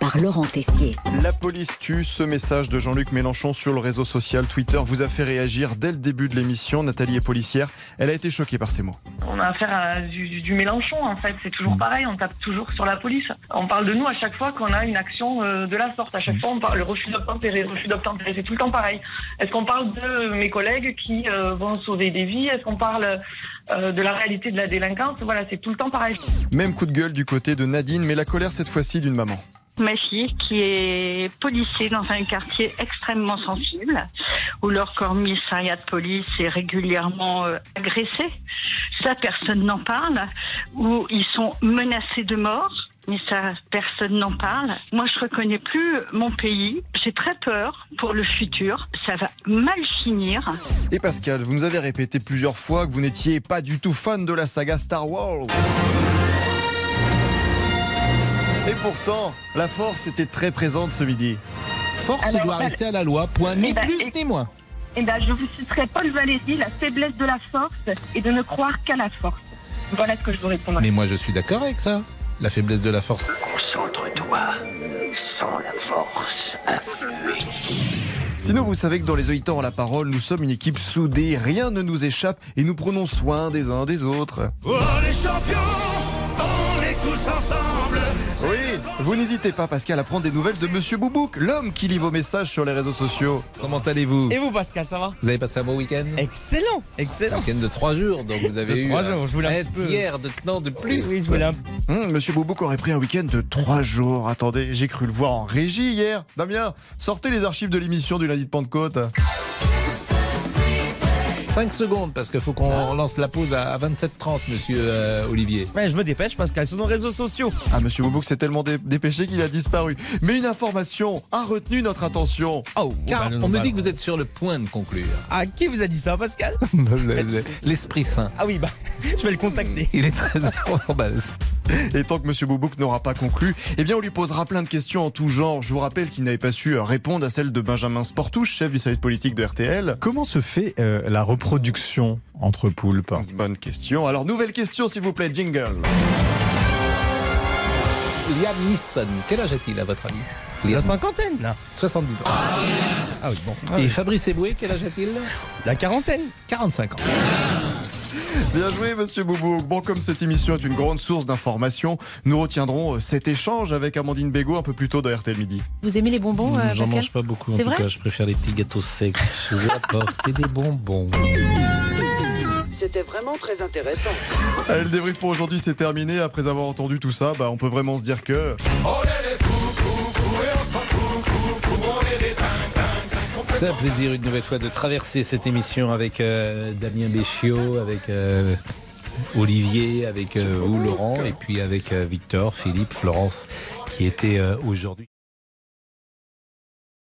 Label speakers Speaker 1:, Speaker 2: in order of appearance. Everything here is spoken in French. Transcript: Speaker 1: par Laurent Tessier.
Speaker 2: La police tue, ce message de Jean-Luc Mélenchon sur le réseau social Twitter vous a fait réagir dès le début de l'émission. Nathalie est policière, elle a été choquée par ces mots.
Speaker 3: On a affaire à du, du Mélenchon en fait, c'est toujours pareil, on tape toujours sur la police. On parle de nous à chaque fois qu'on a une action euh, de la sorte, à chaque fois on parle le refus d'obtempérer, refus d'obtempérer, c'est tout le temps pareil. Est-ce qu'on parle de mes collègues qui euh, vont sauver des vies Est-ce qu'on parle euh, de la réalité de la délinquance Voilà, c'est tout le temps pareil.
Speaker 2: Même coup de gueule du côté de Nadine, mais la colère cette fois-ci d'une maman.
Speaker 4: Ma fille qui est policier dans un quartier extrêmement sensible où leur commissariat de police est régulièrement euh, agressé. Ça, personne n'en parle. Où ils sont menacés de mort. Mais ça, personne n'en parle. Moi, je reconnais plus mon pays. J'ai très peur pour le futur. Ça va mal finir.
Speaker 2: Et Pascal, vous nous avez répété plusieurs fois que vous n'étiez pas du tout fan de la saga Star Wars. Et pourtant, la force était très présente ce midi.
Speaker 5: Force
Speaker 6: Alors,
Speaker 5: doit
Speaker 7: bah,
Speaker 6: ben-
Speaker 5: rester à la loi, point, ni
Speaker 6: Eh ben,
Speaker 5: plus
Speaker 6: et-
Speaker 5: ni moins.
Speaker 6: Eh ben, je vous citerai Paul Valéry, la faiblesse de la force et de ne croire qu'à la force. Voilà ce que je vous répondrai.
Speaker 5: Mais moi je suis d'accord avec ça. La faiblesse de la force.
Speaker 8: Concentre-toi, sans la force affluer.
Speaker 2: Sinon, vous savez que dans les œillets à la parole, nous sommes une équipe soudée, rien ne nous échappe et nous prenons soin des uns des autres.
Speaker 8: Oh les champions, on est tous ensemble.
Speaker 2: Oui, vous n'hésitez pas, Pascal, à prendre des nouvelles de Monsieur Boubouk, l'homme qui lit vos messages sur les réseaux sociaux.
Speaker 5: Comment allez-vous
Speaker 7: Et vous, Pascal, ça va
Speaker 5: Vous avez passé un bon week-end Ah,
Speaker 7: Excellent,
Speaker 5: Un
Speaker 7: excellent.
Speaker 5: week-end de trois jours, donc vous avez
Speaker 7: De
Speaker 5: eu
Speaker 7: trois
Speaker 5: euh,
Speaker 7: jours, je voulais un
Speaker 5: un
Speaker 7: petit peu-
Speaker 5: tiers de temps de plus.
Speaker 7: Oui, je voulais un-
Speaker 2: Hum, Monsieur Boubouk aurait pris un week-end de trois jours. Attendez, j'ai cru le voir en régie hier. Damien, sortez les archives de l'émission du lundi de Pentecôte.
Speaker 5: 5 secondes, parce qu'il faut qu'on relance la pause à à 27h30, monsieur euh, Olivier.
Speaker 7: Ouais, je me dépêche, Pascal, sur nos réseaux sociaux.
Speaker 2: Ah, Monsieur Boubouk s'est tellement dé- dépêché qu'il a disparu. Mais une information a retenu notre attention.
Speaker 7: Oh,
Speaker 5: Car on me dit que vous êtes sur bah, le point de conclure.
Speaker 7: Ah, qui vous a dit ça, Pascal
Speaker 5: Le- le- L'Esprit Saint.
Speaker 7: Ah oui, bah, je vais le contacter.
Speaker 5: Il est très en base.
Speaker 2: Et tant que Monsieur Boubouk n'aura pas conclu, eh bien, on lui posera plein de questions en tout genre. Je vous rappelle qu'il n'avait pas su euh, répondre à celle de Benjamin Sportouche, chef du service politique de RTL.
Speaker 9: Comment se fait euh, la reproduction entre poulpes
Speaker 2: Bonne question. Alors, nouvelle question, s'il vous plaît, jingle.
Speaker 5: Liam Neeson, quel âge a-t-il à votre avis
Speaker 7: La
Speaker 5: Liam,
Speaker 7: cinquantaine, là.
Speaker 5: 70 ans.
Speaker 7: Ah oui, bon.
Speaker 5: Et Fabrice Eboué, quel âge a-t-il
Speaker 7: La quarantaine.
Speaker 5: 45 ans.
Speaker 2: Bien joué, monsieur Boubouk. Bon, comme cette émission est une grande source d'informations, nous retiendrons euh, cet échange avec Amandine Bégaud un peu plus tôt de RTL Midi.
Speaker 10: Vous aimez les bonbons, euh, Pascal
Speaker 5: pas beaucoup
Speaker 10: en C'est tout vrai cas,
Speaker 5: je préfère les petits gâteaux secs. Je vous apporte des bonbons.
Speaker 8: C'était vraiment très intéressant.
Speaker 2: Allez, le débrief pour aujourd'hui, c'est terminé. Après avoir entendu tout ça, bah, on peut vraiment se dire que.
Speaker 5: C'est un plaisir une nouvelle fois de traverser cette émission avec euh, Damien Béchiot, avec euh, Olivier, avec euh, vous Laurent, et puis avec euh, Victor, Philippe, Florence, qui était aujourd'hui.